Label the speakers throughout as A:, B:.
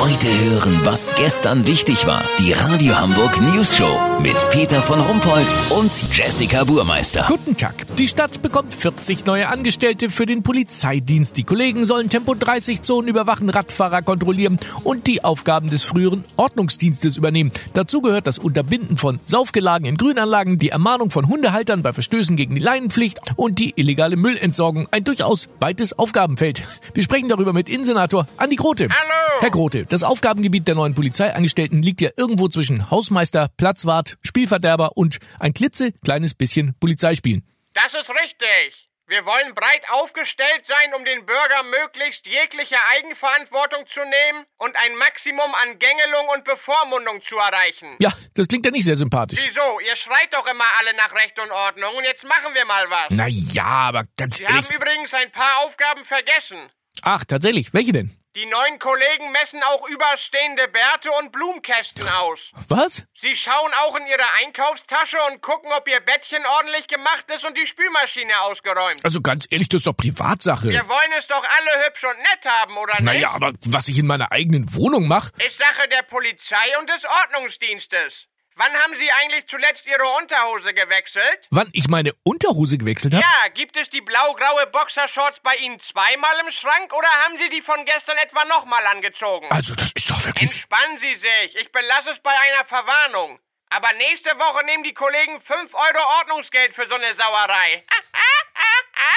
A: Heute hören, was gestern wichtig war. Die Radio Hamburg News Show mit Peter von Rumpold und Jessica Burmeister.
B: Guten Tag. Die Stadt bekommt 40 neue Angestellte für den Polizeidienst. Die Kollegen sollen Tempo-30-Zonen überwachen, Radfahrer kontrollieren und die Aufgaben des früheren Ordnungsdienstes übernehmen. Dazu gehört das Unterbinden von Saufgelagen in Grünanlagen, die Ermahnung von Hundehaltern bei Verstößen gegen die Leinenpflicht und die illegale Müllentsorgung. Ein durchaus weites Aufgabenfeld. Wir sprechen darüber mit Innensenator Andi Grote. Hallo! Herr Grote, das Aufgabengebiet der neuen Polizeiangestellten liegt ja irgendwo zwischen Hausmeister, Platzwart, Spielverderber und ein klitzekleines bisschen Polizeispielen.
C: Das ist richtig. Wir wollen breit aufgestellt sein, um den Bürger möglichst jegliche Eigenverantwortung zu nehmen und ein Maximum an Gängelung und Bevormundung zu erreichen.
B: Ja, das klingt ja nicht sehr sympathisch.
C: Wieso? Ihr schreit doch immer alle nach Recht und Ordnung und jetzt machen wir mal was.
B: Naja, aber ganz
C: Sie
B: ehrlich.
C: haben übrigens ein paar Aufgaben vergessen.
B: Ach, tatsächlich, welche denn?
C: Die neuen Kollegen messen auch überstehende Bärte und Blumenkästen aus.
B: Was?
C: Sie schauen auch in ihre Einkaufstasche und gucken, ob ihr Bettchen ordentlich gemacht ist und die Spülmaschine ausgeräumt.
B: Also ganz ehrlich, das ist doch Privatsache.
C: Wir wollen es doch alle hübsch und nett haben, oder nicht?
B: Naja, aber was ich in meiner eigenen Wohnung mache?
C: Ist Sache der Polizei und des Ordnungsdienstes. Wann haben Sie eigentlich zuletzt Ihre Unterhose gewechselt?
B: Wann ich meine Unterhose gewechselt habe?
C: Ja, gibt es die blau-graue Boxershorts bei Ihnen zweimal im Schrank oder haben Sie die von gestern etwa nochmal angezogen?
B: Also, das ist doch wirklich.
C: Entspannen Sie sich, ich belasse es bei einer Verwarnung. Aber nächste Woche nehmen die Kollegen 5 Euro Ordnungsgeld für so eine Sauerei.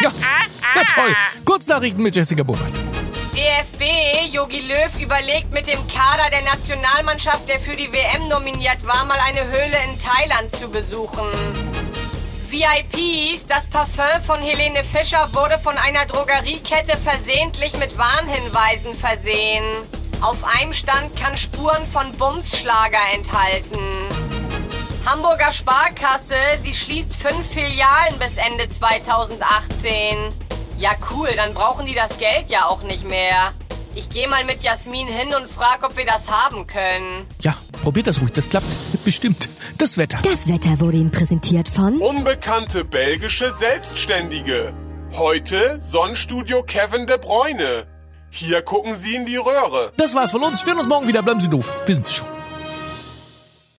B: Ja, na toll. Kurznachrichten mit Jessica Burmeister.
D: DFB, Jogi Löw überlegt mit dem Kader der Nationalmannschaft, der für die WM nominiert war, mal eine Höhle in Thailand zu besuchen. VIPs, das Parfum von Helene Fischer wurde von einer Drogeriekette versehentlich mit Warnhinweisen versehen. Auf einem Stand kann Spuren von Bumsschlager enthalten. Hamburger Sparkasse, sie schließt fünf Filialen bis Ende 2018. Ja, cool, dann brauchen die das Geld ja auch nicht mehr. Ich gehe mal mit Jasmin hin und frag, ob wir das haben können.
B: Ja, probiert das ruhig, das klappt bestimmt. Das Wetter.
E: Das Wetter wurde Ihnen präsentiert von
F: Unbekannte belgische Selbstständige. Heute Sonnenstudio Kevin de Bruyne. Hier gucken Sie in die Röhre.
B: Das war's von uns. Wir hören uns morgen wieder. Bleiben Sie doof. Wir sind's schon.